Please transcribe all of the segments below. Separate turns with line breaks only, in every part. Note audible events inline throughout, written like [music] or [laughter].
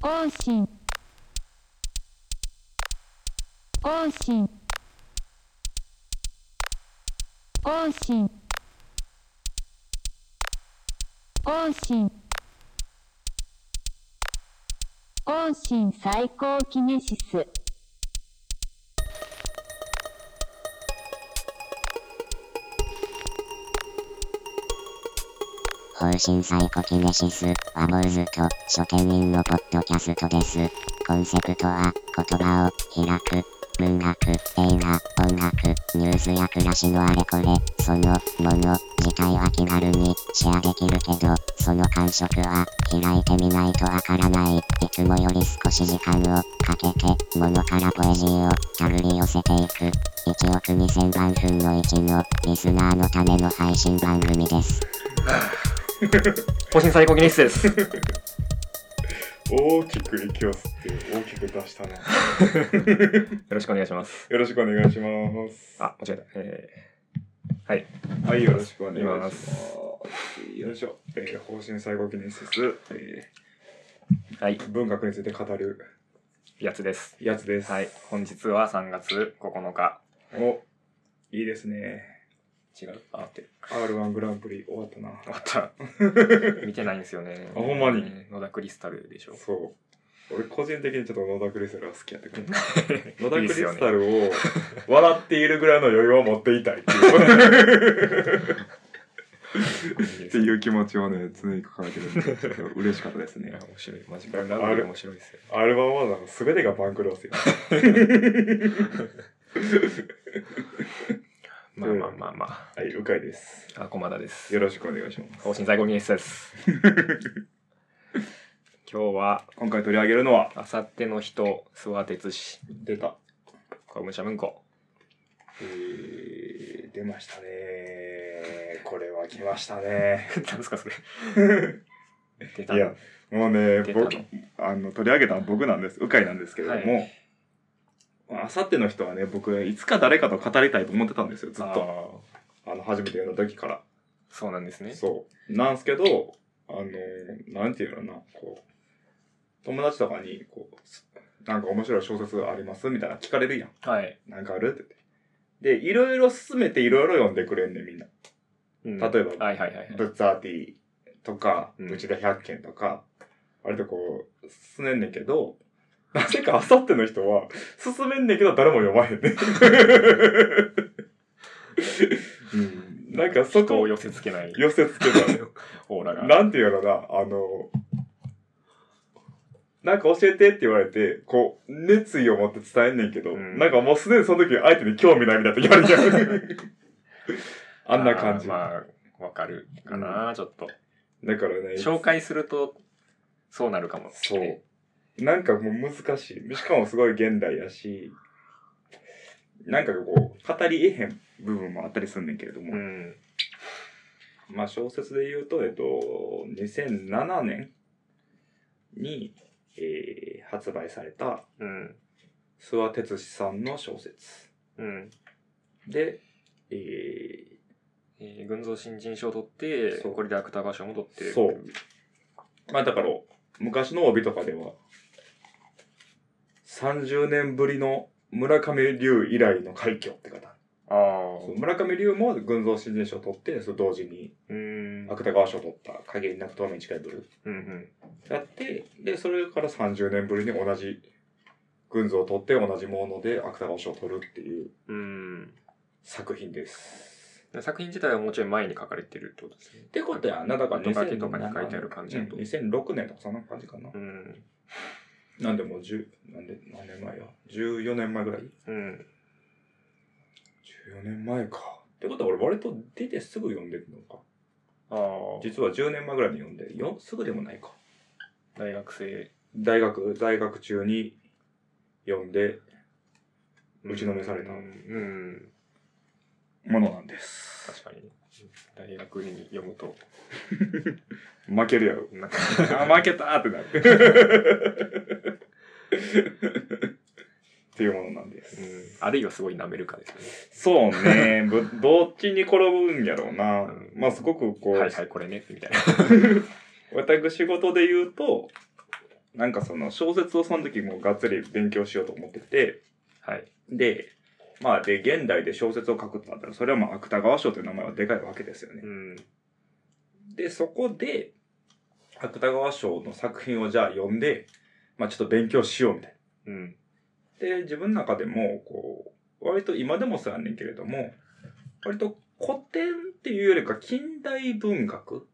更新更新更新更新更新最高キネシス
更新サイコキネシス、ワモーズと書店員のポッドキャストです。コンセプトは、言葉を開く、文学、映画、音楽、ニュースや暮らしのあれこれ、そのもの自体は気軽にシェアできるけど、その感触は開いてみないとわからない。いつもより少し時間をかけて、物からポエジーをたぐり寄せていく。1億2000万分の1のリスナーのための配信番組です。
更新最高記念室
[laughs]
です。
大きく息を吸って大きく出したな。
よろしくお願いします。
よろしくお願いします。
あ、間違えた。えー、はい。
はい、よろしくお願いし
いま
ますす。よいしょ。えー、方針最後記念説、え
はい。
ー文学について語る
やつです。
やつです。
はい。本日は3月9日。
お、いいですね。
違う。あ、合ってる
R1 グランプリ終わったな。
終わった。見てないんですよね。
[laughs] あほんまに
えー野田クリスタルでしょ。
そう。俺個人的にちょっと野田クリスタルが好きやったけど、野田
いいっ
ク
す
リ
よ
ス
ね
タルを笑っているぐらいの余裕を持っていたいっていう。っていう気持ちをね、常に抱えてるんで、ちょっと嬉しかったです
い
ね
や。面白い。マジカルラブリー面白いですよ。
アルバムはなんか全てがバンクロースよ。
まあまあまあま
はい、うかいです。
あ。あ、駒田です
よ。ろしくお願いします。
更新最高記念
[laughs]
室です。今日は、
今回取り上げるのは、
あさっての人、諏訪哲司、
出た。
小武者文庫。
えー、出ましたね。これは来ました [laughs] ね。
何ですか、それ。出た
いや、もうね、
出たの
僕、あの、取り上げたのは僕なんです。うかいなんですけれども、あさっての人はね、僕、いつか誰かと語りたいと思ってたんですよ、ずっと。
と。
あの、初めて読んだ時から。
そうなんですね。
そう。なんすけど、あのー、なんていうのかな、こう、友達とかに、こうす、なんか面白い小説ありますみたいな聞かれるやん。
はい。
なんかあるって言って。で、いろいろ進めていろいろ読んでくれんねんみんな。
うん
例えば
はいはいはい。
ブッツアーティとか、
うん
ブチダ百件とか、割とこう、進めんねんけど、なぜかあさっての人は、進めんねんけど誰も読まへんねん。うん、なんかそ
人を
こ、
寄せ付けない
寄せつけたね。
オーラが。
なんていうのかな、あの、なんか教えてって言われて、こう、熱意を持って伝えんねんけど、
うん
なんかもうすでにその時相手に興味ないみたいな時あるじゃん。
[laughs]
あんな感じ。
あーまあ、わかるかな、ちょっと。
だからね、
紹介すると、そうなるかも。
そう。なんかもう難しい。しかもすごい現代やし、なんかこう、語りえへん部分もあったりすんねんけれども、
うん。
まあ小説で言うと、えっと、2007年に、えー発売された
うん。
諏訪哲司さんの小説
うん。
で、え
えー、群像新人賞を取って、
そう
これで芥川賞も取って。
ーそう。まあだから、昔の帯とかでは、30年ぶりの村上龍以来の快挙って方。
ああ。
そう村上龍も群像新人賞を取って、それ同時に
うん。
芥川賞を取った影になく透明に近いブル
うんうん。
やって、で、それから30年ぶりに同じ群像を取って同じもので芥川賞を取るっていう
うん。
作品です。
作品自体はもうちょい前に書かれてるってことですね。っ
ってことやな、だから
後書き
2007
とかに書いてある感じだと
うん2006年とかそんな感じかな。
うん。
なんでもう10、なんで、何年前や ?14 年前ぐらい
うん。
?14 年前か。ってことは俺割と出てすぐ読んでるのか。
ああ。
実は10年前ぐらいに読んで、よすぐでもないか。
大学生。
大学、在学中に読んで打ちのめされた
うんうん
ものなんです。
確かに。大学に読むと、
負けるやろ。
なんか
あ、負けたーってなる。っていうものなんです。
うん、あるいはすごい舐めるかです
そうね。ぶどっちに転ぶんやろうな
うん。
まあ、すごくこう、
よね。はいはい、これね、みたいな。
私事で言うと、なんかその小説をその時もうがっつり勉強しようと思ってて、
はい。
で、まあで、現代で小説を書くとなったら、それはまあ芥川賞という名前はでかいわけですよね
う。ん。
で、そこで、芥川賞の作品をじゃあ読んで、まあちょっと勉強しようみたいな。
うん。
で、自分の中でも、こう、割と今でもそうやねんけれども、割と古典っていうよりか近代文学、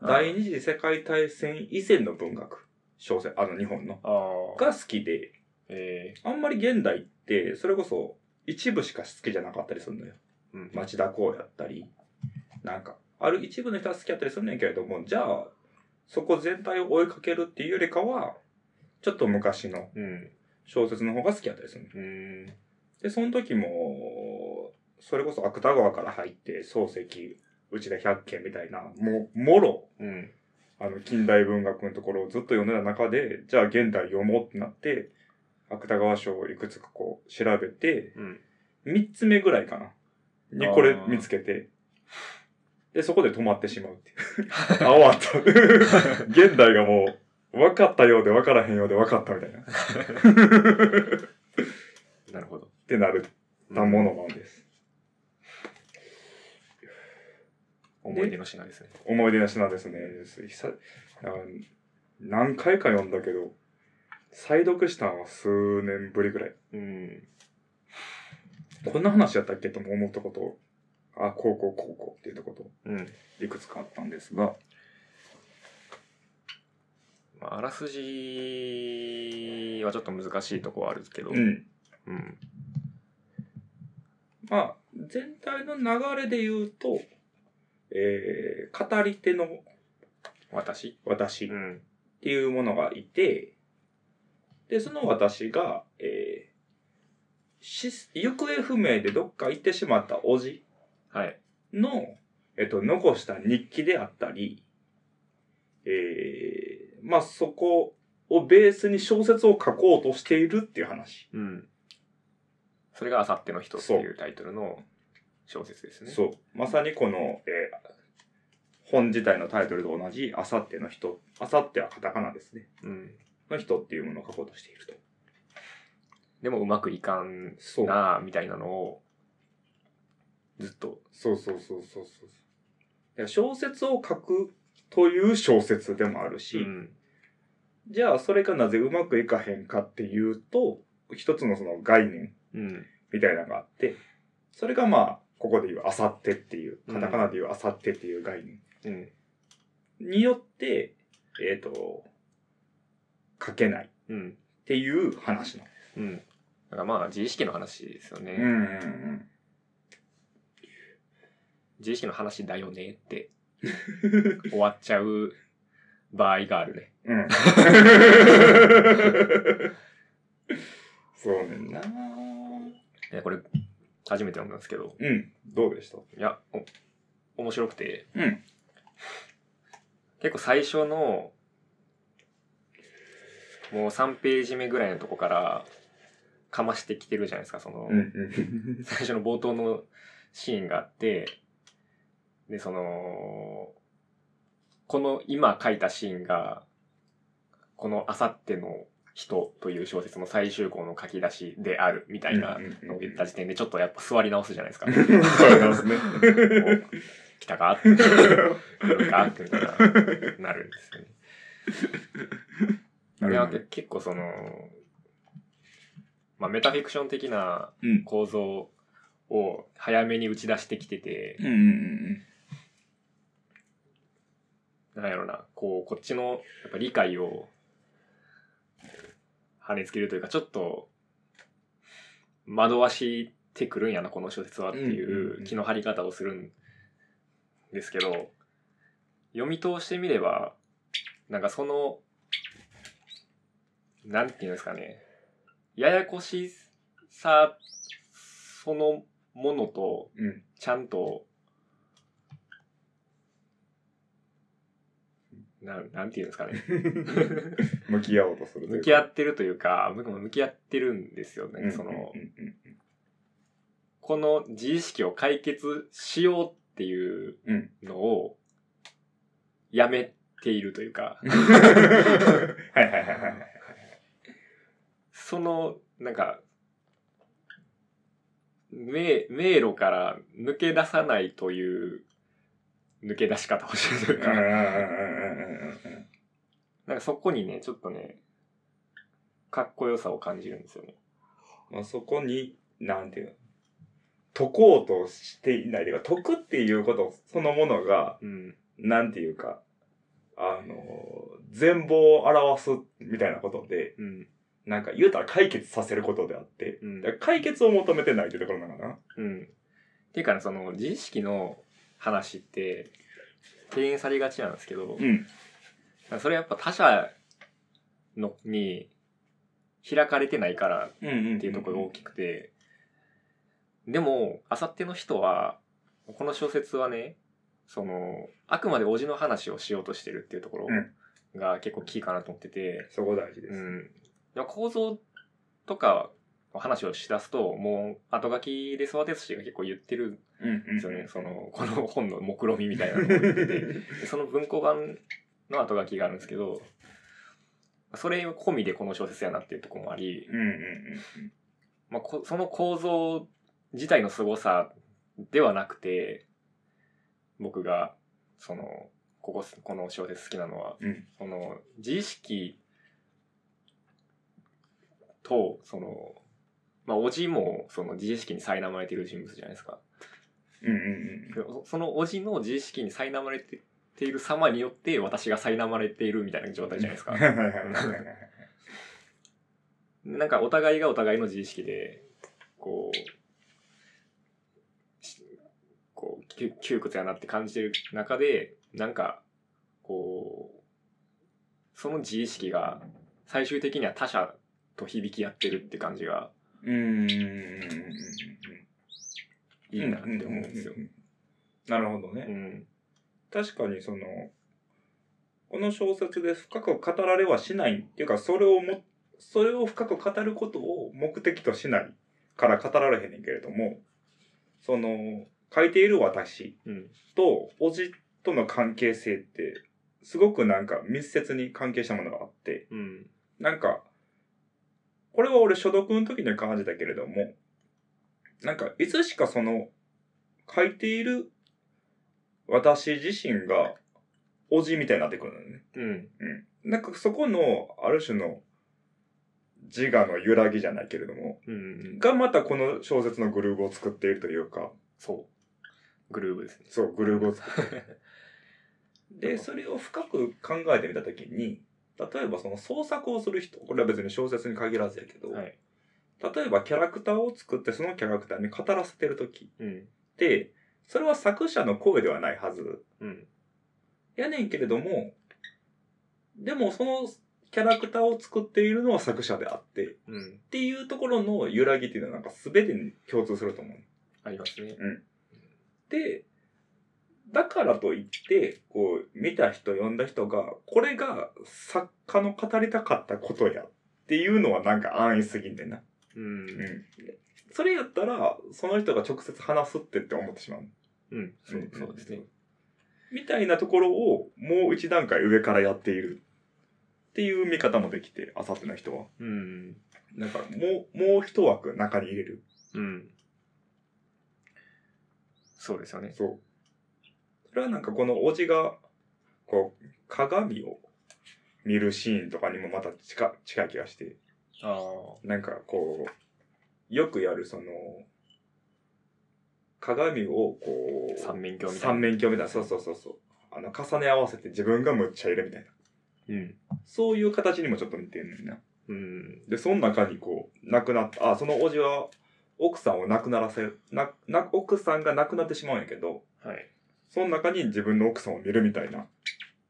第二次世界大戦以前の文学、小説、あの日本の、
ああ。
が好きで、
え
あんまり現代って、それこそ一部しか好きじゃなかったりするのよ。
えうん。
町田公やったり、なんか、ある一部の人は好きやったりするんねんけれども、じゃあ、そこ全体を追いかけるっていうよりかは、ちょっと昔の
うん。
小説の方が好きやったりするの
うん。
で、その時も、それこそ芥川から入って、漱石、内田百景みたいな、もう、もろ、
うん。
あの、近代文学のところをずっと読んでた中で、じゃあ現代読もうってなって、芥川賞をいくつかこう、調べて、
[laughs] うん。
三つ目ぐらいかな。にこれ見つけて、で、そこで止まってしまうっていう。あ、終わった。現代がもう、分かったようで分からへんようで分かったみたいな。っ
[laughs] なるほど。
てなるったものなんです。
思い出の品ですね。
思い出の品ですね。久あ何回か読んだけど、再読したのは数年ぶりぐらい。
うん。
こんな話やったっけとも思ったこと、あ、こうこうこうこうっていうこと、
うん。
いくつかあったんですが、
まあ、あらすじはちょっと難しいとこはあるけど。
うん。
うん。
まあ、全体の流れで言うと、えー、語り手の
私
私っ
うん。
ていうものがいて、で、その私が、えー、し行方不明でどっか行ってしまったおじ
はい。
の、えっと、残した日記であったり、えー、まあ、そこをベースに小説を書こうとしているっていう話。
うん。それがあさっての人っていうタイトルの小説ですね。
そう。まさにこの、えー本自体のタイトルと同じ、あさっての人、あさってはカタカナですね。
う。うん。
の人っていうものを書こうとしていると。
でもうまくいかん
そう。
なあみたいなのをずっと
そうそうそうそうそう。だから小説を書くという小説でもあるし、
うん
じゃあそれがなぜうまくいかへんかっていうと、一つのその概念、
うん
みたいなのがあって、それがまあ、ここで言う、あさってっていう、カタカナで言う、あさってっていう概念
うん
によって、えっ、と、書けないっ
うん
ていう話なの。
うんだからまあ自意識の話ですよね、
うんうん
自意識の話だよねって終わっちゃう場合があるね
うん。うん。そうねんな
でこれ初めて読んだんですけど
うん。どうでした
いやお面白くて
うん。
結構最初のもう3ページ目ぐらいのとこからかましてきてるじゃないですかその、
うんうん。
最初の冒頭のシーンがあって、で、その、この今書いたシーンが、このあさっての人という小説の最終項の書き出しであるみたいなのを言った時点で、ちょっとやっぱ座り直すじゃないですか。
そうなんですね。
もう来た [laughs] かって、来たかってみたいな、なるんですよね。
なるほ
い
ど
や。結構その、まあ、メタフィクション的な
うん。
構造を早めに打ち出してきてて、
うんうん
なんやろな、こう、こっちの、やっぱ理解を、跳ねつけるというか、ちょっと、惑わしてくるんやな、この小説はって
うんうんう
い
ん
う気の張り方をするんですけど、読み通してみれば、なんかその、なんていうんですかね、ややこしさそのものと、
うん。うん。
ちゃんと、ななんていうんです
[laughs]
かね。
向き合おうとするというか。
向き合ってるというか、僕も向き合ってるんですよ。なんかその、
うんうんうん
この自意識
[laughs]
を解決しようっていうのをやめているというか、
はいはいはいはい。
その、なんか、迷迷路から抜け出さないという抜け出し方をしてるという
うんうん
か、
うんうんうんうん
なんかそこにね、ちょっとね、かっこよさを感じるんですよね。
まあ、そこに、なんていうの、解こうとしていないというか、解くっていうことそのものが、
うん。
なんていうか、あの、全貌を表すみたいなことで、
うん。
なんか言うたら解決させることであって、
うん
だから解決を求めてないっていうところなのかな。
うん。っていうかね、その、自意識の話って、敬遠されがちなんですけど、
ん。
それはやっぱ他者のに開かれてないから
うんうん、
っていうところが大きくて、でも、あさっての人は、この小説はね、その、あくまでおじの話をしようとしてるっていうところが結構キーかなと思ってて、
そこ大事で
う
す。
ん。でも構造とかの話をしだすと、もう後書きで育て寿司が結構言ってる
うん
んですよね。その、この本の目論見みみたいなのを
[laughs]
言ってて。でその文庫版の後書きがあるんですけど、それ込みでこの小説やなっていうところもあり、
うんうん
まあ、こその構造自体の凄さではなくて、僕が、その、ここ、この小説好きなのは、
うんうん。
その、自意識と、その、まあ、おじも、その、自意識に苛まれている人物じゃないですか。
うんうん
でそそのおじの自意識に苛まれている様によって私が苛まれているみたいな状態じゃないです
うん。
か
はい。はいはいはいはい
なんかお互いがお互いの自意識で、こう、しこう、窮窮屈やなって感じてる中で、なんか、こう、その自意識が最終的には他者と響き合ってるって感じが
うんうんうんうんうん。
いいなって思うんですよ
う。ん。なるほどね。
うん。
確かにその、この小説で深く語られはしないっていうか、それをも、それを深く語ることを目的としないから語られへんねんけれども、その、書いている私
うん。
とおじとの関係性って、すごくなんか密接に関係したものがあって、
うん。
なんか、これは俺所読の時には感じたけれども、なんか、いつしかその、書いている私自身が、おじみたいになってくるのね。
うん。
うん。なんかそこの、ある種の、自我の揺らぎじゃないけれども、
うん。
がまたこの小説のグルーブを作っているというか、
そう。グルーブですね。
そう、グルーブを作っている。で、それを深く考えてみたときに、例えばその創作をする人、これは別に小説に限らずやけど、
はい。
例えばキャラクターを作ってそのキャラクターに語らせてるときっ
うん。
て、それは作者の声ではないはず。
うん。
やねんけれども、でもそのキャラクターを作っているのは作者であって、っ
うん。
ていうところの揺らぎっていうのはなんか全てに共通すると思う。
ありますね。
で、だからといって、こう、見た人、読んだ人が、これが作家の語りたかったことやっていうのはなんか安易すぎんだよな。
うん。
うん。それやったら、その人が直接話すってって思ってしまう。
うん。そうそうですね。
みたいなところを、もう一段階上からやっている。っていう見方もできて、あさっての人は。
うん。
だから、もう、もう一枠中に入れる。
うん。そうですよね。
そう。それはなんかこのおじが、こう、鏡を見るシーンとかにもまた近近い気がして、
ああ。
なんかこう、よくやるその、鏡をこう、
三面鏡みたいな。
三面鏡みたいな、そうそうそうそう。あの、重ね合わせて自分がむっちゃいるみたいな。
うん。
そういう形にもちょっと似てんねんな。
うん。
で、その中にこう、亡くなった、あ、そのおじは、奥さんを亡くならせる、な、な、奥さんが亡くなってしまうんやけど、
はい。
その中に自分の奥さんを見るみたいな、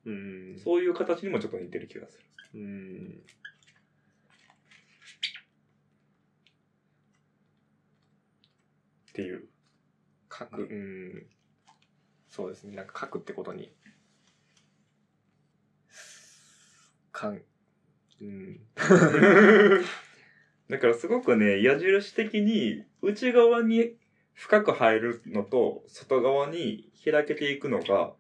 うん。
そういう形にもちょっと似てる気がする。
うん。
っていう。
書く。うん。そうですね。なんか書くってことに。かん。うん。
[laughs] だからすごくね、矢印的に内側に深く入るのと、外側に開けていくのが、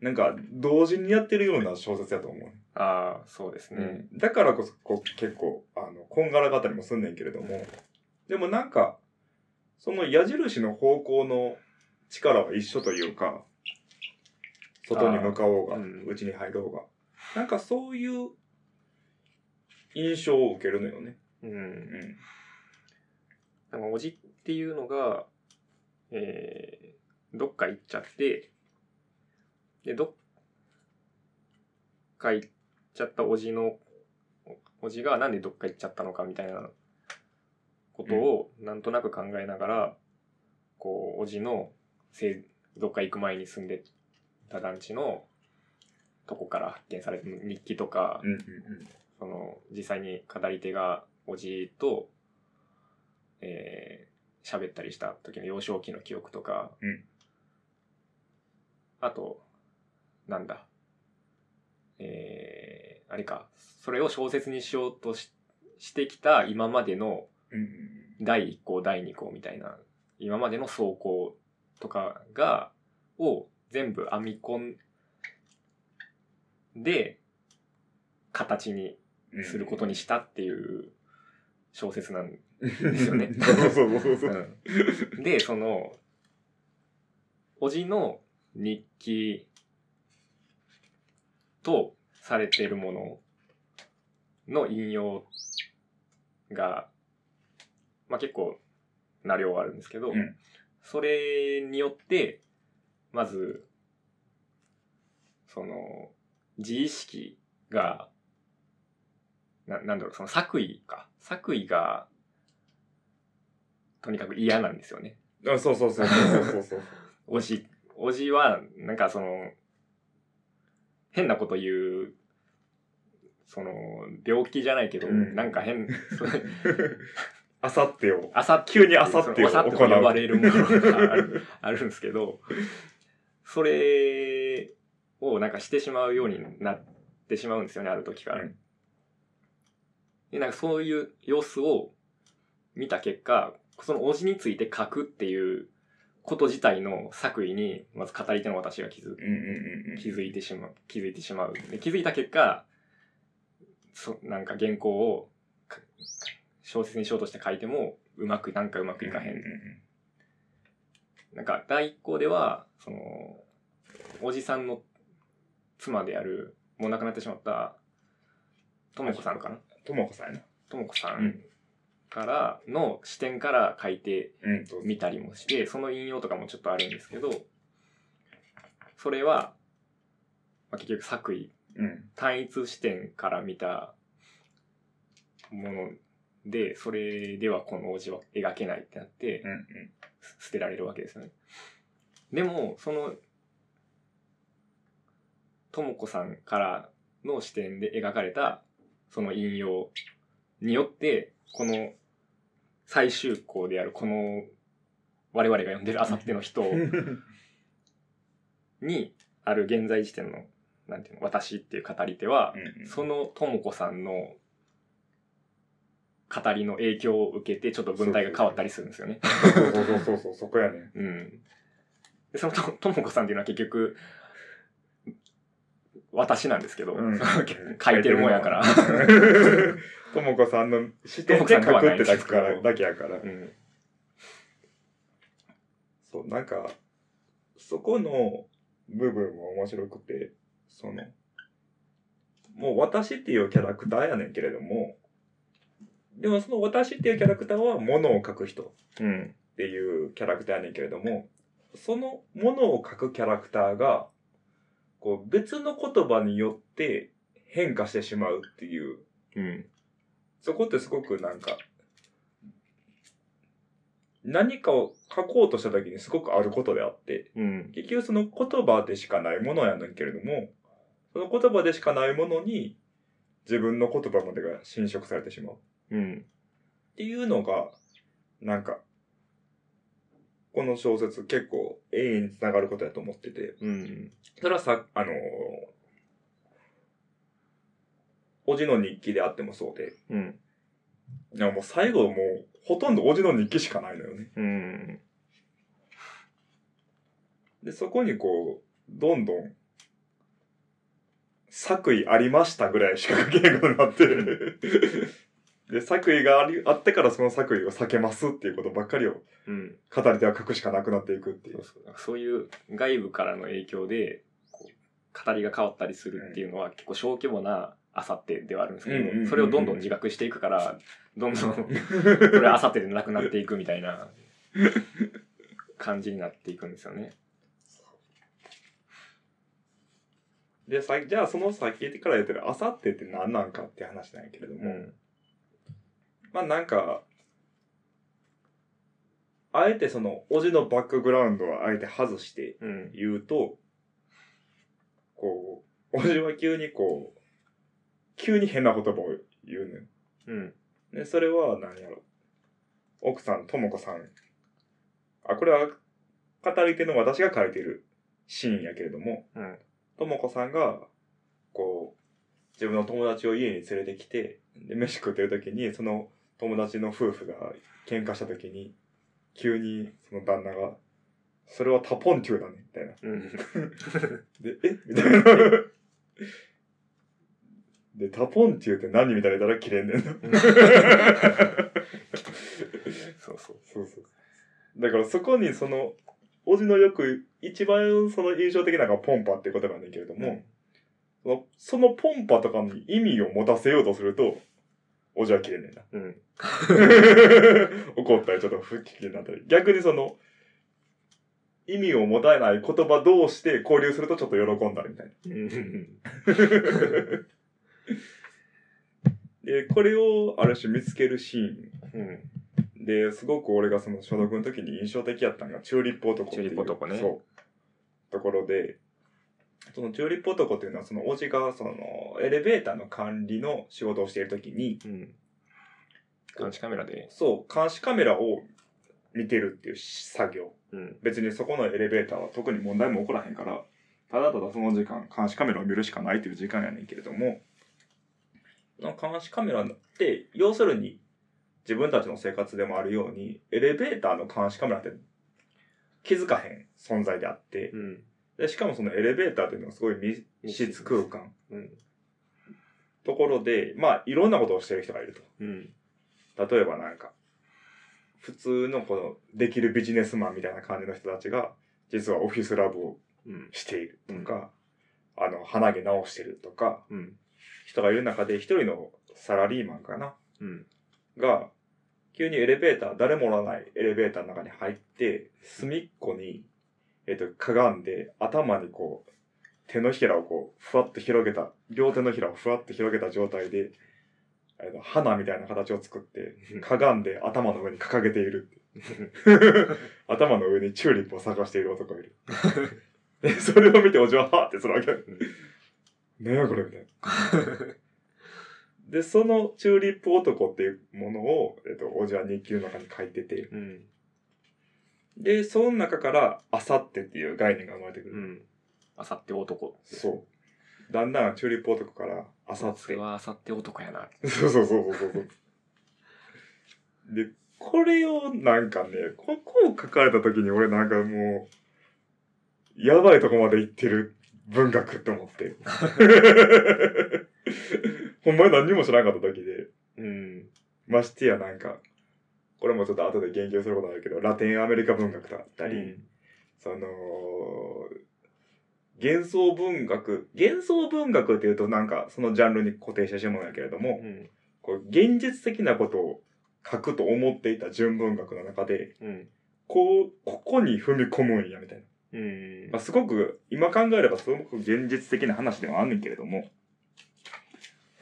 なんか、同時にやってるような小説やと思う。
ああ、そうですね。
うんだからこそこう結構あのこんがらがったりもすんねんけれどもでもなんかその矢印の方向の力は一緒というか外に向かおうが
あーうん
内に入ろうがなんかそういう印象を受けるのよね。
うん
う。ん
なんかおじっていうのが、えー、どっか行っちゃって、で、どっか行っちゃったおじの、おおじがなんでどっか行っちゃったのかみたいなことをなんとなく考えながら、こう、おじのせ、どっか行く前に住んでた団地のとこから発見されて日記とか、
うんうん
その、実際に語り手がおじと、えー、喋ったりした時の幼少期の記憶とか、
うん
あと、なんだ、えー、あれか、それを小説にしようとししてきた今までの
うんうん
第1項、第2項みたいな、今までの走行とかが、を全部編み込んで、形に
うんうん
することにしたっていう小説なん
です
よ
[laughs]
ね
そうそうそうそう。
で、その、おじの日記とされているものの引用が、まあ結構な量はあるんですけど、
うん
それによって、まず、その、自意識が、ななんだろう、その作為か。作為が、とにかく嫌なんですよね。
あそうそうそうそうそうそう。
おじ、おじは、なんかその、変なこと言う、その、病気じゃないけど、
うん
なんか変、 [laughs] それ
あさってよ。
あさ
急にあさってを
そのあさと
行う
呼ばれるものがあるあるんですけど、それをなんかしてしまうようになってしまうんですよね、ある時から。
うん
で、なんかそういう様子を見た結果、そのおじについて書くっていうこと自体の作為に、まず語り手の私が気
う
づ
んうんうんうん。
気づいてしまう、気づいてしまう。で気づいた結果、そなんか原稿をか小説にしようとして書いても、うまく、なんかうまくいかへ。
うんん
なんか、第一項では、その、おじさんの妻である、もう亡くなってしまった、ともこさんかな
ともこさんやな。
ともこさ
うんん
からの視点から書いて
うん、そうそう
見たりもして、その引用とかもちょっとあるんですけど、それは、まあ、結局作為
うん。
単一視点から見たもので、それではこの王子は描けないってなって、
うんうん。
す捨てられるわけですよね。でも、その、ともこさんからの視点で描かれた、その引用によって、この最終項である、この我々が読んでるあさっての人にある現在時点の、なんていうの、私っていう語り手は、そのともこさんの語りの影響を受けて、ちょっと文体が変わったりするんですよね。
そうそうそうそう、そこやね。
うん。で、そのと、ともこさんっていうのは結局、私なんですけど、
うん
[laughs] 書いてるもんやから。
ともこさんの視点で書くってだけから、だけやから
う。ん。
そう、なんか、そこの部分も面白くて、その、もう私っていうキャラクターやねんけれども、でもその私っていうキャラクターは物を書く人。
うん。
っていうキャラクターやねんけれども、そのものを書くキャラクターが、こう別の言葉によって変化してしまうっていう、
うん。
そこってすごくなんか、何かを書こうとした時にすごくあることであって、
うん。
結局その言葉でしかないものやねんけれども、その言葉でしかないものに自分の言葉までが侵食されてしまう。
うん。
っていうのが、なんか、この小説結構永遠につながることだと思ってて、
うん。
それはさ、あのーおじの日記であってもそうで、
うん。
いやもう最後もうほとんどおじの日記しかないのよね。
うん。
で、そこにこう、どんどん作為ありましたぐらいしか書けなくな
[laughs]
ってる。で、作為があり、あってからその作為を避けますっていうことばっかりを
うん。
語り手は書くしかなくなっていくってい
そうう。そうなんかそういう外部からの影響で、こう、語りが変わったりするっていうのは結構小規模なあさってではあるんですけ
うんうんうんうん
ど、それをどんどん自覚していくから、ど
[laughs]
んどん、それあさってでなくなっていくみたいな感じになっていくんですよね。
で、さじゃあそのさっきから言ってるあさってって何なんかって話なんやけれども、
うん。
まあなんか、あえてその、おじのバックグラウンドはあえて外して
うん。
言うと、こう、おじは急にこう、急に変な言葉を言うねん。
うん。
で、それは何やろ。奥さん、ともこさん。あ、これは、語り手の私が書いてるシーンやけれども、
うん
ともこさんが、こう、自分の友達を家に連れてきて、で、飯食ってる時に、その友達の夫婦が喧嘩した時に、急にその旦那が、それはタポンチューだね、みたいな。
うん。
で、え [laughs] みたいな。で、タポンチューって何みたいな言ったら切れんねんな。 [laughs]
そうそう。
そうそう。だからそこにその、おじのよく、一番その印象的なのがポンパっていう言葉なんだけれども、そのそのポンパとかに意味を持たせようとすると、おじは切れねえな。
うん。
[laughs] 怒ったりちょっと不機嫌になったり。逆にその、意味を持たない言葉同士で交流するとちょっと喜んだりみたいな。
うん。
で、これをある種見つけるシーン
うん。
で、すごく俺がその所属の時に印象的やったのが、チューリップ男っていう。
チューリップ男ね
そう。ところで、そのチューリップ男っていうのは、そのおじが、その、エレベーターの管理の仕事をしている時に、
うん。監視カメラで。
そう、監視カメラを見てるっていう作業。
うん。
別にそこのエレベーターは特に問題も起こらへんから、ただただその時間、監視カメラを見るしかないという時間やねんけれども、その監視カメラって、要するに、自分たちの生活でもあるように、エレベーターの監視カメラって気づかへん存在であって、
うん。
でしかもそのエレベーターっていうのがすごい密
密
室
室
空間。
うん。
ところで、まあ、いろんなことをしてる人がいると。
うん。
例えばなんか、普通のこの、できるビジネスマンみたいな感じの人たちが、実はオフィスラブを
うん。
しているとか、あの、鼻毛直してるとか、
うん。
人がいる中で一人のサラリーマンかな、
うん。
が、急にエレベーター、誰もおらないエレベーターの中に入って、隅っこに、えっ、と、かがんで、頭にこう、手のひらをこう、ふわっと広げた、両手のひらをふわっと広げた状態で、えっと花みたいな形を作って、かがんで頭の上に掲げている。頭の上にチューリップを探している男がいる。で、それを見ておじははーってするわけ。何やこれみたいな。で、そのチューリップ男っていうものを、えっと、おじは日記の中に書いてて、
うん。
で、その中から、あさってっていう概念が生まれてくる。
うん。あさって男。
そう。だんだんチューリップ男から、あさっ
それ
て。
はあさって男やな。
[laughs] そうそうそうそうそう。で、これをなんかね、ここを書かれた時に俺なんかもう、やばいとこまで行ってる文学って思っ
[laughs]
て。ほんまに何にも知らなかった時で、
うん。
ましてやなんか、これもちょっと後で言及することあるけど、ラテンアメリカ文学だったり、その、幻想文学、幻想文学っていうとなんかそのジャンルに固定してしまうんやけれども、
うん。
こう現実的なことを書くと思っていた純文学の中で、
うん。
こう、ここに踏み込むんや、みたいな。
うん
まあ、すごく、今考えればすごく現実的な話ではあんねんけれども、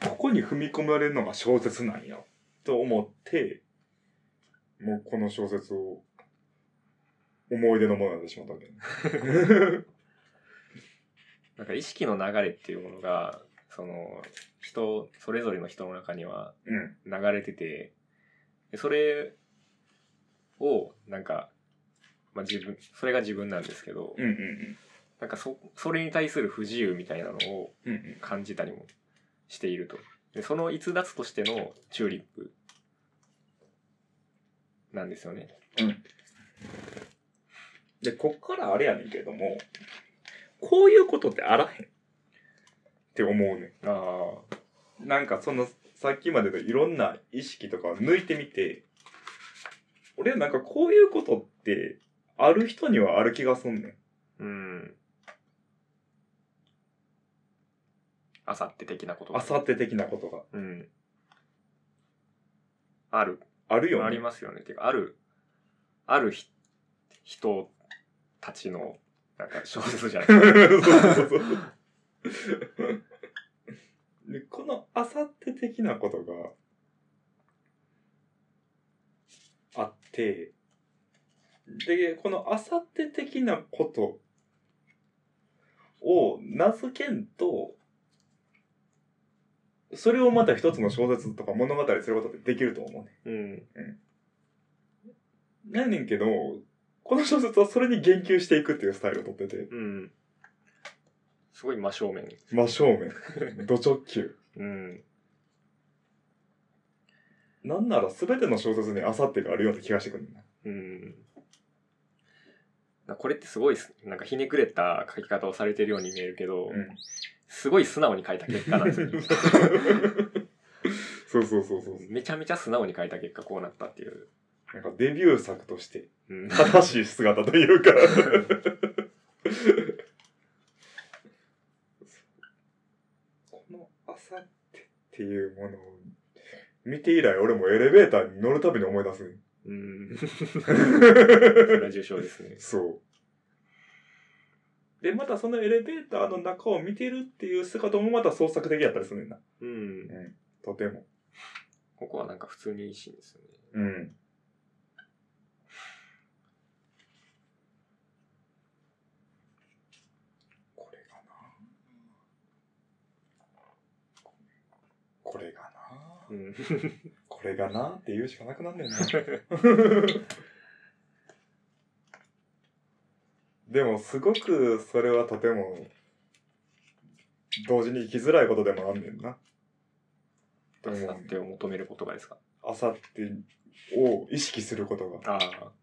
ここに踏み込まれるのが小説なんや、と思って、もうこの小説を、思い出のものになってしまったんだよね。
なんか意識の流れっていうものが、その、人、それぞれの人の中には
うん。
流れてて、でそれを、なんか、まあ自分、それが自分なんですけど、
うんうん
なんかそ、それに対する不自由みたいなのを
うん。うんうん。
感じたりもしていると。で、その逸脱としてのチューリップなんですよね。
で、こっからあれやねんけれども、こういうことってあらへん。って思うね
ああ。
ん。なんかその、さっきまでのいろんな意識とかを抜いてみて、俺なんかこういうことって、ある人にはある気がすんねん。
うん。あさって的なこと。
あさって的なことが。
うん。ある。
あるよね。
ありますよね。てか、ある、あるひ人たちの、なんか小
[laughs]
説じゃない
そうそうそうそう。でこのあさって的なことがあって、で、このあさって的なことを名付けんと、それをまた一つの小説とか物語にすることってできると思うね。
うん。
なんやねんけど、この小説はそれに言及していくっていうスタイルをとってて、
うん。すごい真正面に。
真正面、土直球。
うん。
なんなら全ての小説にあさってがあるような気がしてくるんだ。
うん。なこれってすごいす、なんかひねくれた書き方をされてるように見えるけど、すごい素直に書いた結果なん [laughs] ですよ。
そうそうそうそう。
めちゃめちゃ素直に書いた結果こうなったっていう。
なんかデビュー作として
うん。
正しい姿というか。このあさってっていうものを見て以来俺もエレベーターに乗るたびに思い出すね。
うん。それは重症ですね。
そう。で、またそのエレベーターの中を見てるっていう姿もまた創作的やったりするねんな。
うん。
とても。
ここはなんか普通にいいシーンですよね。
うん。これがなこれがな
うん。
これがなって言うしかなくなんねんな。 [laughs] でもすごくそれはとても同時に生きづらいことでもあんねんな。
あさってを求めることがですか
あさってを意識することが。
ああ。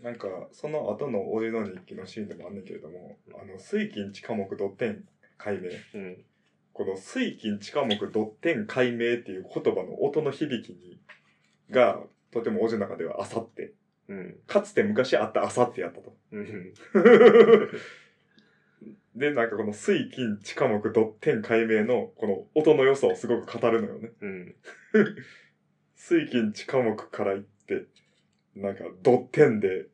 なんか、その後のおじの日記のシーンでもあんねんけれども、あの、水金地下木ドッテン解明。
うん。
この水金地下木ドッテン解明っていう言葉の音の響きに、が、とてもおじの中ではあさって。
うん。
かつて昔あったあさってやったと。 [laughs]
うん。
で、なんかこの水金地下木ドッテン解明の、この音の良さをすごく語るのよね。
うん。
水金地下木から行って、なんかドッテンで、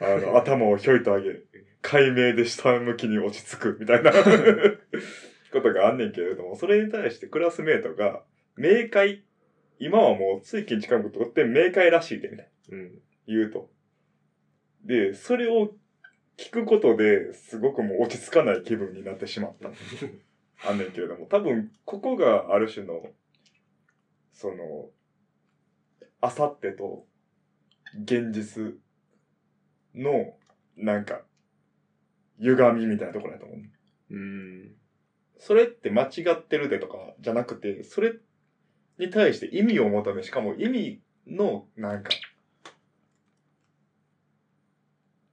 あの、 [laughs] 頭をひょいと上げ、解明で下向きに落ち着く、みたいなことがあんねんけれども、それに対してクラスメートが、明快、今はもう水金地下木とドッテン明快らしいで、みたいな。
うん。
言うと。で、それを聞くことですごくもう落ち着かない気分になってしまった。あんねんけれども、多分ここがある種の、その、あさってと現実の、なんか、歪みみたいなところだと思う。
うん。
それって間違ってるでとかじゃなくて、それに対して意味を求め、しかも意味の、なんか、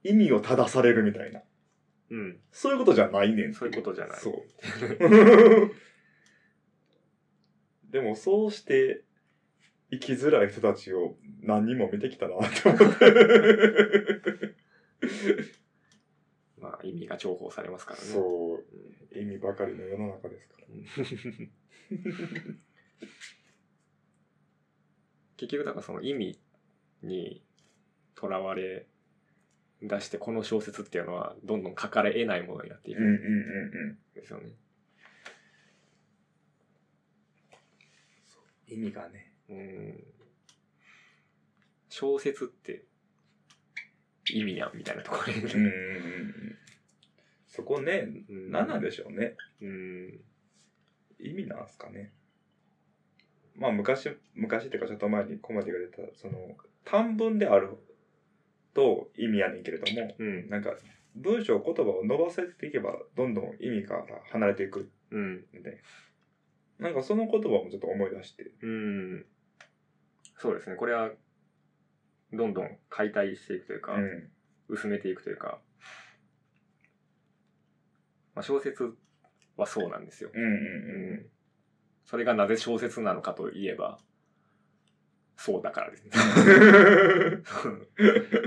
意味を正されるみたいな。
うん。
そういうことじゃないねん。
そういうことじゃない
そう [laughs] でも、そうして、生きづらい人たちを何人も見てきたなって思
[laughs]
って。
まあ、意味が重宝されますからね。
そう。意味ばかりの世の中ですから。
結局、だからその意味にとらわれ出して、この小説っていうのは、どんどん書かれ得ないものになっていく
うんうん
ん
うんうん。
ですよね。
意味がね。
うん。小説って、意味やん、みたいなところに。
うんうんうんうんそこね、
うん
何なんでしょうね。
うん。
意味なんすかね。まあ昔、昔っていうかちょっと前にコマディが出た、その、短文であると意味やねんけれども、
うん。
なんか文章、言葉を伸ばせていけば、どんどん意味から離れていく
うん。
んで、なんかその言葉もちょっと思い出して、
うん。そうですね。これは、どんどん解体していくというか、
うん
薄めていくというか、まあ、小説はそうなんですよ。
うんうん
う
うん
それがなぜ小説なのかといえば、そうだか
[laughs]
らですね。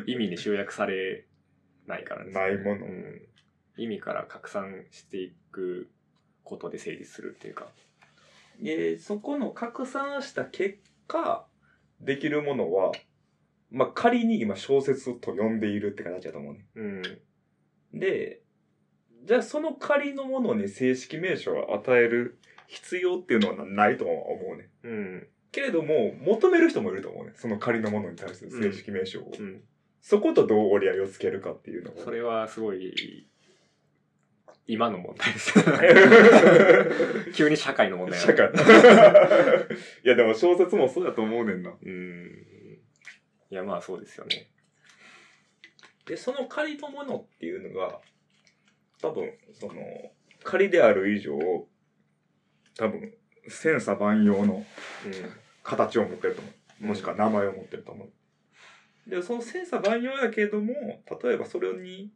ん。
意味に集約されないからです、
ないもの
うん意味から拡散していくことで成立するっていうか。
で、そこの拡散した結果、できるものは、まあ、仮に今小説と呼んでいるって形だと思うね。
うん。
で、じゃあその仮のものに正式名称を与える必要っていうのはないとは思うね。
うん。
けれども、求める人もいると思うね。その仮のものに対する正式名称を。
うん。
そことどう折り合いをつけるかっていうのを。[laughs]
それはすごい、今の問題です。
[laughs]
急に社会の問題
社
だ
会。 [laughs] いや、でも小説もそうだと思うねんな。
うん。いや、まあそうですよね。
で、その仮のものっていうのが、多分、その、仮である以上、多分、千差万様の形を持ってると思う。もしくは名前を持ってると思う。で、その千差万様やけれども、例えばそれに、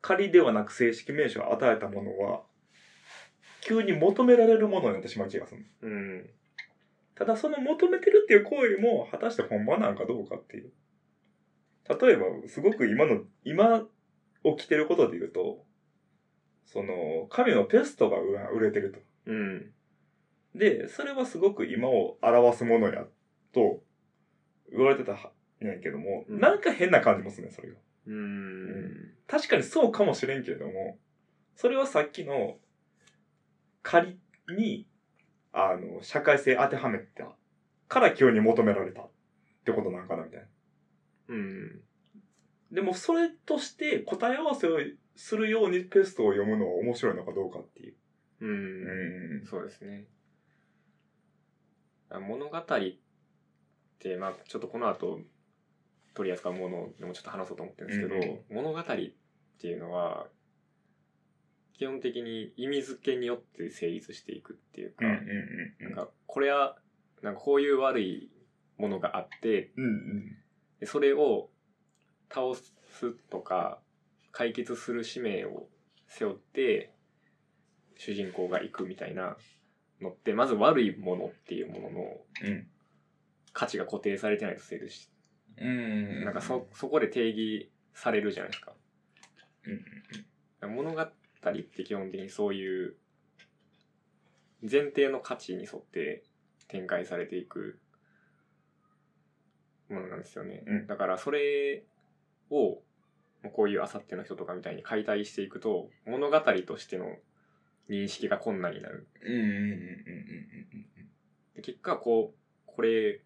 仮ではなく正式名称を与えたものは、急に求められるものになってしまう気がする。
うん。うん。
ただその求めてるっていう行為も果たして本場なのかどうかっていう。例えば、すごく今の、今起きてることで言うと、その、神のペストが売れてると。
うん。
で、それはすごく今を表すものや、と言われてたんやけども、
うん
なんか変な感じもするね、それが。
うん。
確かにそうかもしれんけれども、それはさっきの仮に、あの、社会性当てはめたから急に求められたってことなんかなみたいな。
うん。
でもそれとして答え合わせをするようにペストを読むのは面白いのかどうかっていう。
うん。そうですね。あ物語って、まあ、ちょっとこの後取り扱うものでもちょっと話そうと思ってるんですけど、
うんうん
物語っていうのは、基本的に意味付けによって成立していくっていうか、
うん
なんか、これは、なんかこういう悪いものがあって、
うんうん。
でそれを倒すとか、解決する使命を背負って、主人公が行くみたいなのって、まず悪いものっていうものの
うん
価値が固定されてないと成立し、
うん
なんかそ、そこで定義されるじゃないですか。
うんうん
物語って基本的にそういう前提の価値に沿って展開されていくものなんですよね。
うん
だからそれをもうこういうあさっての人とかみたいに解体していくと物語としての認識が困難になる。
うんうんうんうん
で結果こうこれっ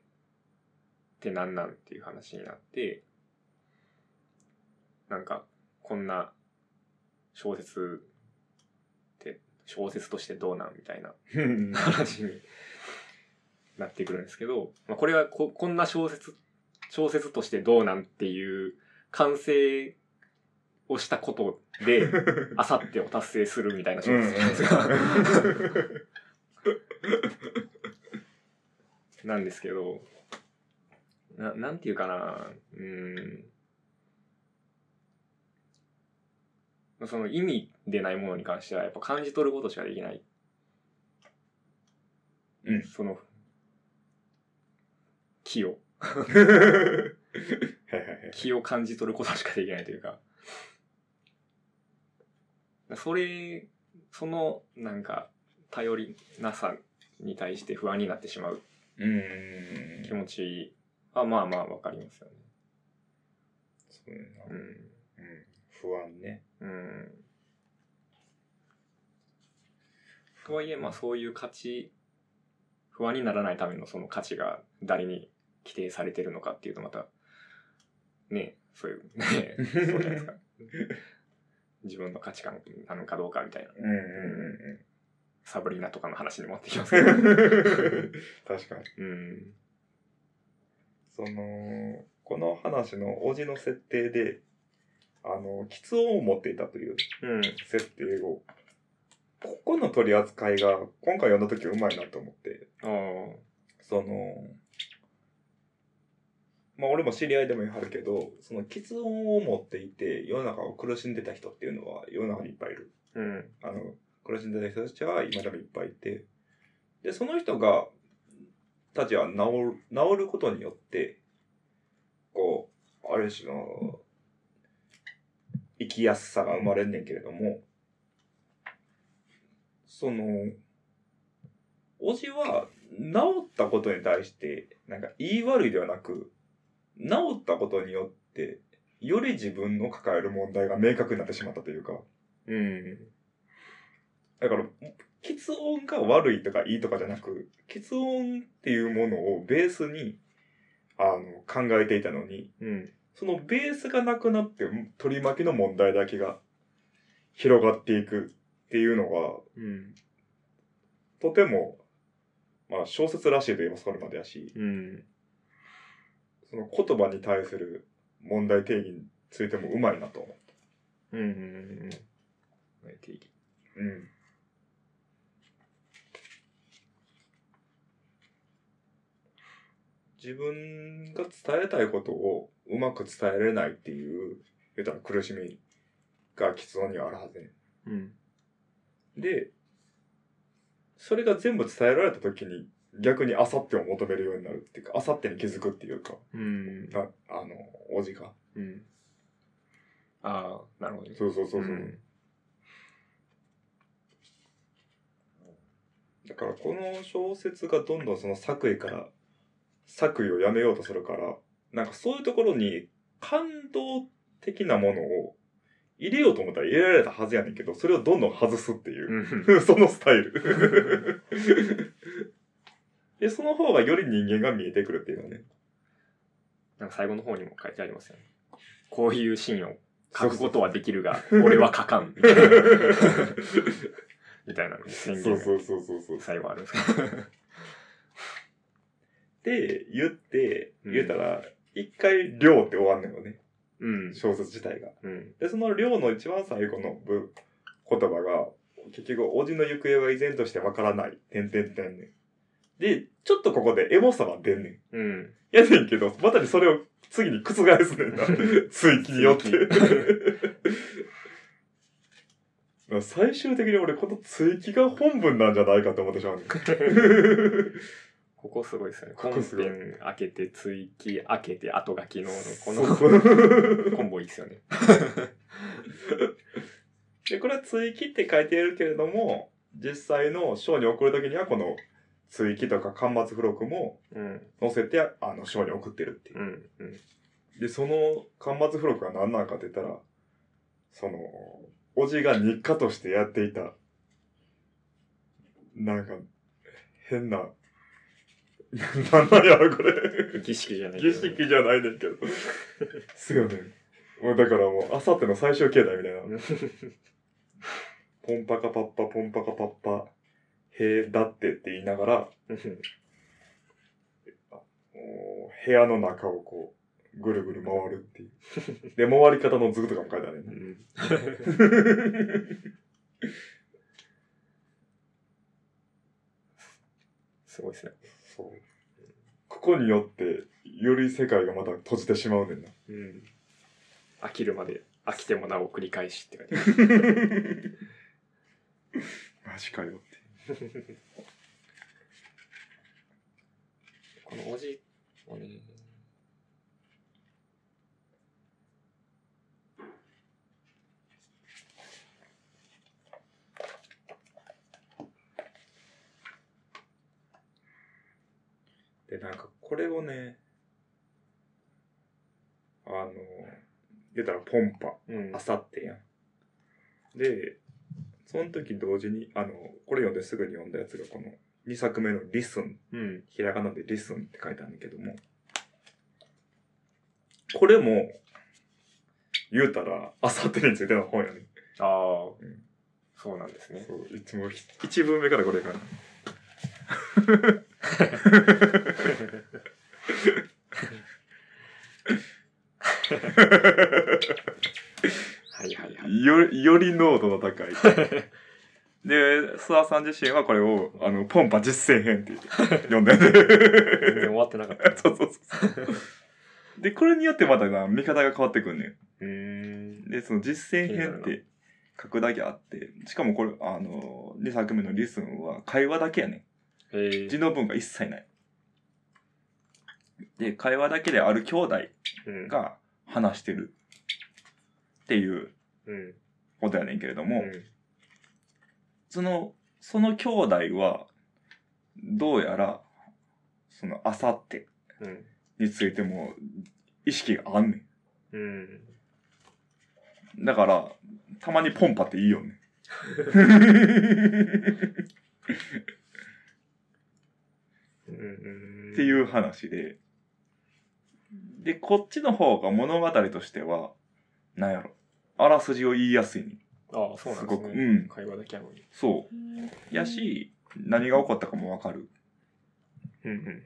て何なんっていう話になってなんかこんな小説って小説としてどうなんみたいな [laughs]
うんうん [laughs] うん。
話になってくるんですけど、まあ、これはここんな小説小説としてどうなんっていう完成をしたことであさってを達成するみたいな小
うんうん
説なんです
[laughs]
が。なんですけど、な、なんていうかな、うーん。その意味でないものに関しては、やっぱ感じ取ることしかできない。
うん
その、気を、
はいはいはい。
気を感じ取ることしかできないというか。それ、その、なんか、頼りなさに対して不安になってしまう
うん
気持ちは、まあまあわかりますよね。
そうやな
う
う
ん。
ん不安ね。
うん。とはいえ、まあそういう価値、不安にならないためのその価値が誰に規定されてるのかっていうとまた、ね、そういう、ね、そうじゃないですか。 [laughs] 自分の価値観なのかどうかみたいな、
うんうんうん。
サブリナとかの話に持ってきます
[laughs]
けど。
確かに。
うん。
その、この話のおじの設定で、あの、喫音を持っていたという
うん。
設定を、ここの取り扱いが今回読んだ時うまいなと思って、
ああ。
その、まあ俺も知り合いでも言わはるけど、その喫音を持っていて世の中を苦しんでた人っていうのは世の中にいっぱいいる。
うん。
あの、苦しんでた人たちは今でもいっぱいいて、で、その人が、たちは治る、治ることによって、こう、ある種の、生きやすさが生まれんねんけれども、その、おじは、治ったことに対して、なんか言い悪いではなく、治ったことによって、より自分の抱える問題が明確になってしまったというか、
うん。
だから、喫音が悪いとかいいとかじゃなく、喫音っていうものをベースに、あの、考えていたのに、
うん。
そのベースがなくなって、取り巻きの問題だけが広がっていくっていうのが、
うん。
とても、まあ、小説らしいといえばそれまでやし、
うん。
その言葉に対する問題定義についてもうまいなと思
うん。うん。定義。
う。うん。自分が伝えたいことをうまく伝えれないっていう、言うたら苦しみがきつ音にはあるはずね。
うん。
で、それが全部伝えられた時に逆にあさってを求めるようになるっていうか、あさってに気づくっていうか、
うん。
なあの、おじが。
うん。ああ、なるほどね。
そうそうそうそう。
うん
だからこの小説がどんどんその作為から作為をやめようとするからなんかそういうところに感動的なものを入れようと思ったら入れられたはずやねんけどそれをどんどん外すっていう、 [laughs]
うん。
そのスタイル [laughs] でその方がより人間が見えてくるっていうの
[laughs]
ね
なんか最後の方にも書いてありますよね。こういうシーンを書くことはできるが、俺は書かん。みたいなみたいなのに宣
そ
言
う
が
そうそうそうそう
最後あるんですけど。
で言って
うん
言うたら一回「量」って終わんのよね
うん。
小説自体が
うん。
で、その寮の一番最後の部言葉が、結局、おじの行方は依然としてわからない。てんてんてんねん。で、ちょっとここでエモさは出んねん。
うん。
やねんけど、またにそれを次に覆すね
[laughs]
んな。追記によって
追。
[laughs] 最終的に俺、この追記が本文なんじゃないかと思ってしまう
[laughs]
ねん。
ここすごいですよね。
こ
本
こすごい
編開けて、追記開けて、後書きの、こ
そう
の
そう
コンボいいですよね。
で、これは追記って書いてあるけれども、実際の章に送るときには、この追記とか端末付録も
うん。
載せて、あの、章に送ってるっていう
う。ん。うん。
で、その間末付録が何なのかって言ったら、その、おじが日課としてやっていた、なんか、変な、 [laughs] なんなんやろこれ。
儀式じゃないけ
儀
どね
式じゃないねんけど。すごいね。もうだからもう、あさっての最終形態みたいな。ポンパカパッパ、ポンパカパッパ、へえ、だってって言いながら、
うん
もう部屋の中をこう、ぐるぐる回るっていう。で、回り方の図とかも書いてある
う
ね。 [laughs]
ん。すごいですね。
そう。ここによって、より世界がまた閉じてしまうねんな。
うん。飽きるまで、飽きてもなお繰り返しって感じ。
マジかよって。
このおじもね。
で、なんか、これをね、あの、言うたらポンパ、
うん
あ。さってやん。で、その時同時に、あの、これ読んですぐに読んだやつが、この2作目のリスン
うん。
ひらがなでリスンって書いてあるんだけども、これも、言うたら、あさってについての本やね。
ああ、
ん
そうなんですね。
そう、いつもひ一文目からこれかな。
はいはいはい。
よ、より濃度の高い。 [laughs] で、諏訪さん自身はこれを、あの、ポンパ実践編って呼んで [laughs]
[laughs] 全然
る。
終わってなか [laughs] った。
そうそうそう。で、これによってまたな、見方が変わってくんねん。
うーん。
で、その実践編って書くだけあって、しかもこれ、あの、で、作目のリスンは会話だけやね
へ
ん。
え
字。の文が一切ない。で、会話だけである兄弟
うん。
が話してるっていう
うん。
ことやねんけれど
う
も、
ん。
その、その兄弟は、どうやら、その、あさって
うん。
についても、意識があんね
うん。
ん。だから、たまにポンパっていいよね。
うん。
っていう。話で。で、こっちの方が物語としては、なんやろ。あらすじを言いやすいね。
ああ、そうなんですす
ごく
ね。
うん
会話だけやのに。
そう。やし、何が起こったかもわかる。
うんうん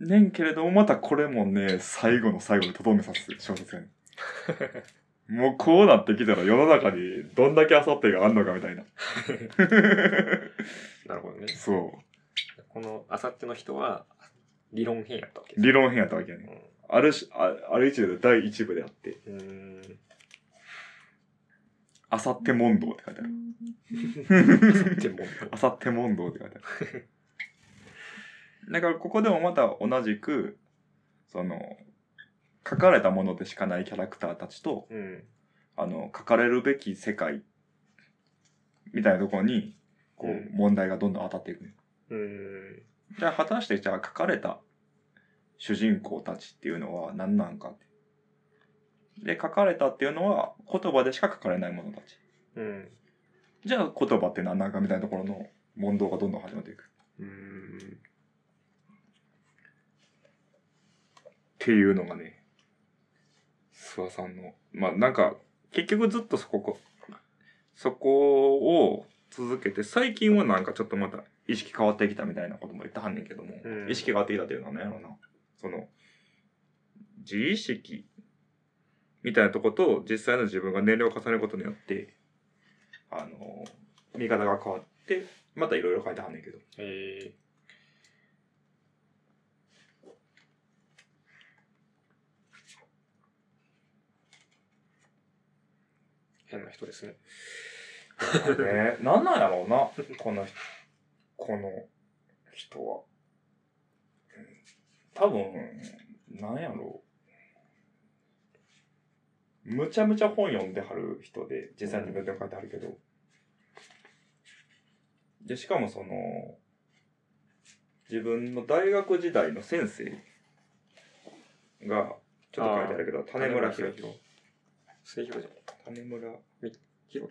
うん。
ねんけれども、またこれもね、最後の最後でとどめさす小説やねん。もうこうなってきたら世の中にどんだけあさってがあんのかみたいな。
なるほどね。
そ
このあさっての人は理論編やったわけ
う。
です
理論編やったわけやねん。あるし、あある一部で第一部であって、
うん。うーん。
あさって問答って書いてある。
あさ [laughs] っても。
あさって問答って書いてあ
[laughs]
る。だからここでもまた同じく、その、書かれたものでしかないキャラクターたちと、
うん。
あの、書かれるべき世界、みたいなところに、こ
うん
う、問題がどんどん当たっていくね。
うーん。
じゃあ果たして、じゃあ書かれた主人公たちっていうのは何なんかって。で、書かれたっていうのは言葉でしか書かれないものたち。
うん。
じゃあ言葉って何なんかみたいなところの問答がどんどん始まっていく。
うーん。
っていうのがね、諏訪さんの、まあなんか、結局ずっとそここ、そこを続けて、最近はなんかちょっとまた意識変わってきたみたいなことも言ったはんねんけども、
うん
意識が変わってきたというのは何やろうな。その、自意識みたいなとこと、実際の自分が年齢を重ねることによって、あの、見方が変わって、またいろいろ変えてはんねんけど。
えー、変な人ですね。
ね、なんなんやろうな、この人、この人は。うん多分、なんやろう。むちゃむちゃ本読んではる人で、実際に自分で書いてはるけど。で、しかもその、自分の大学時代の先生が、ちょっと書いてあるけど、種村博
弘。末広じゃん。
種村
弘樹か。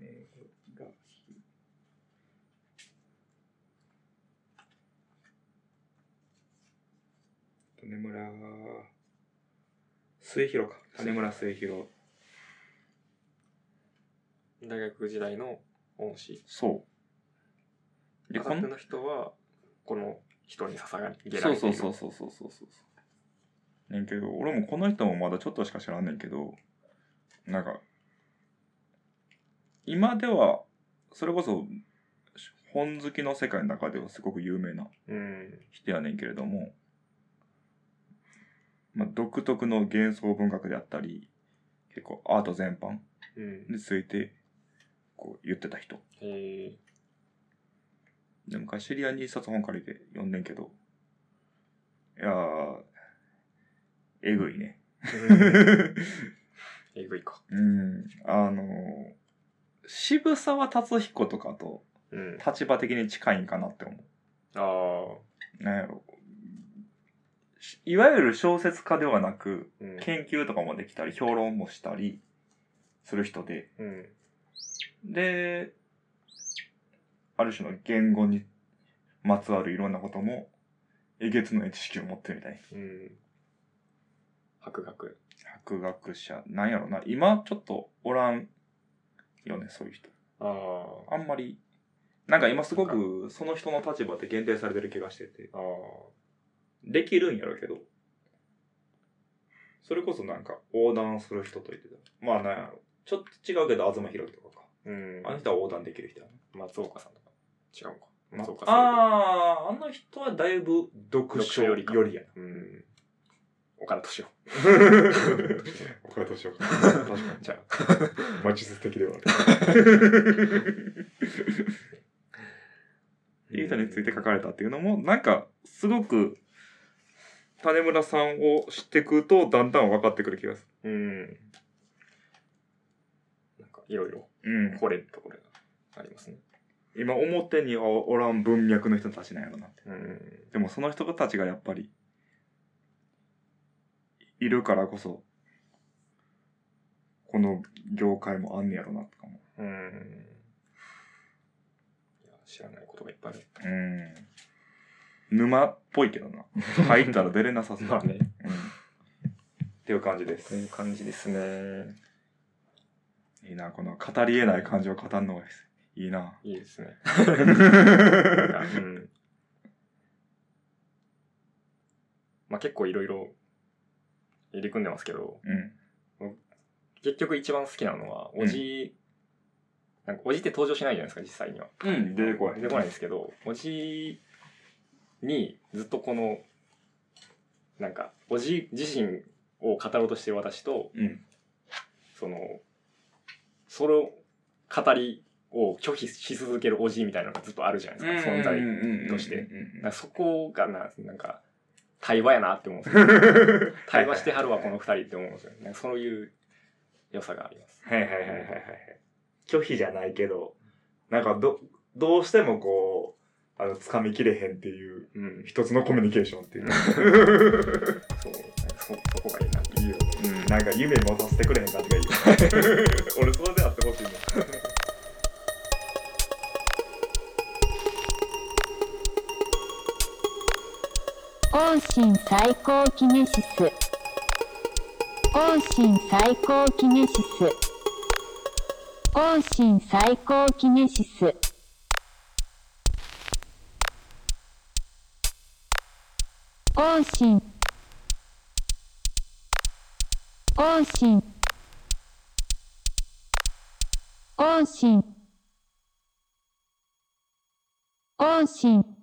えー、が種村末広か種村末広
大学時代の恩師。
そうで
あさ
こ
って
の
の人は、この人に捧げら
そう
れて
そ
いうる。
そうそうそうそうそうそうねんけど俺もこの人もまだちょっとしか知らんねんけどなんか今ではそれこそ本好きの世界の中ではすごく有名な
うん。
人やねんけれども、まあ、独特の幻想文学であったり結構アート全般
うん。
についてこう言ってた人
え
で昔知り合いに一冊本借りて読んでんけどいやーえぐいね [laughs]
ー、えぐいか。
うんあのー渋沢達彦とかと
うん。
立場的に近いんかなって思
ああ。
うなんやろしいわゆる小説家ではなく
うん。
研究とかもできたり評論もしたりする人で
うん。
である種の言語にまつわるいろんなこともえげつない知識を持ってるみたい
うん。博学。
博学者なんやろな今ちょっとおらんよねそういう人
ああ。
あんまりなんか今すごくその人の立場って限定されてる気がしてて
ああ、
できるんやろうけどそれこそなんか横断する人と言ってたまあなんやろちょっと違うけど東博樹とかか
うん。
あの人は横断できる人やね。
松岡さんとか。違うのか。
ま
松岡さん。あ。
ああ、あの人はだいぶ読書
読書よ
よ
り
り
か
やな。
うん。岡田 [laughs] 敏夫。
岡田敏夫。確かに。
[laughs] じゃ
魔術的ではある。ユータについて書かれたっていうのも、なんか、すごく、種村さんを知ってくと、だんだん分かってくる気がす
あ。うん。なんか、いろいろ
る。うん。
惚れるところがありますね。
今、表にはおらん文脈の人たちなんやろなって。
うん。
でも、その人たちがやっぱり、いるからこそ、この業界もあんねやろな、とかも。
うん。いや知らないことがいっぱいある。
うん。沼っぽいけどな。入ったら出れなさそう。
[laughs] まあ
う
ね。
ん。っていう感じです。
という感じですね。
いいな、この語り得ない感情を語るのがいいな。
いいですね。
う
なんか、うん。まあ結構いろいろ入り組んでますけど、
ん。
結局一番好きなのは、
うん
おじ、なんかおじって登場しないじゃないですか、実際には。
うん、出てこい。
出てこないんですけど、おじにずっとこの、なんか、おじ自身を語ろうとしてる私と、
うん。
その、その語りを拒否し続けるおじみたいなのがずっとあるじゃないですか、存在
在
として
うん
なんかそこがな、なんか、対話やなって思うんです
[laughs]
よ。対話してはるわ、この二人って思うんですよ。なんかそういう良さがあります。
はいはいはいはいはい。拒否じゃないけど、なんかど、どうしてもこう、あの、掴みきれへんっていう、
うん。
一つのコミュニケーションっていう。 [laughs]
そう、なんかそ、そこがいいなって。
いいよ。うん。なんか夢持たせてくれへん感じがいいよ。俺、それであってほしいね。
往診最高キネシス往診最高キネシス往診最高キネシス往診往診往診往診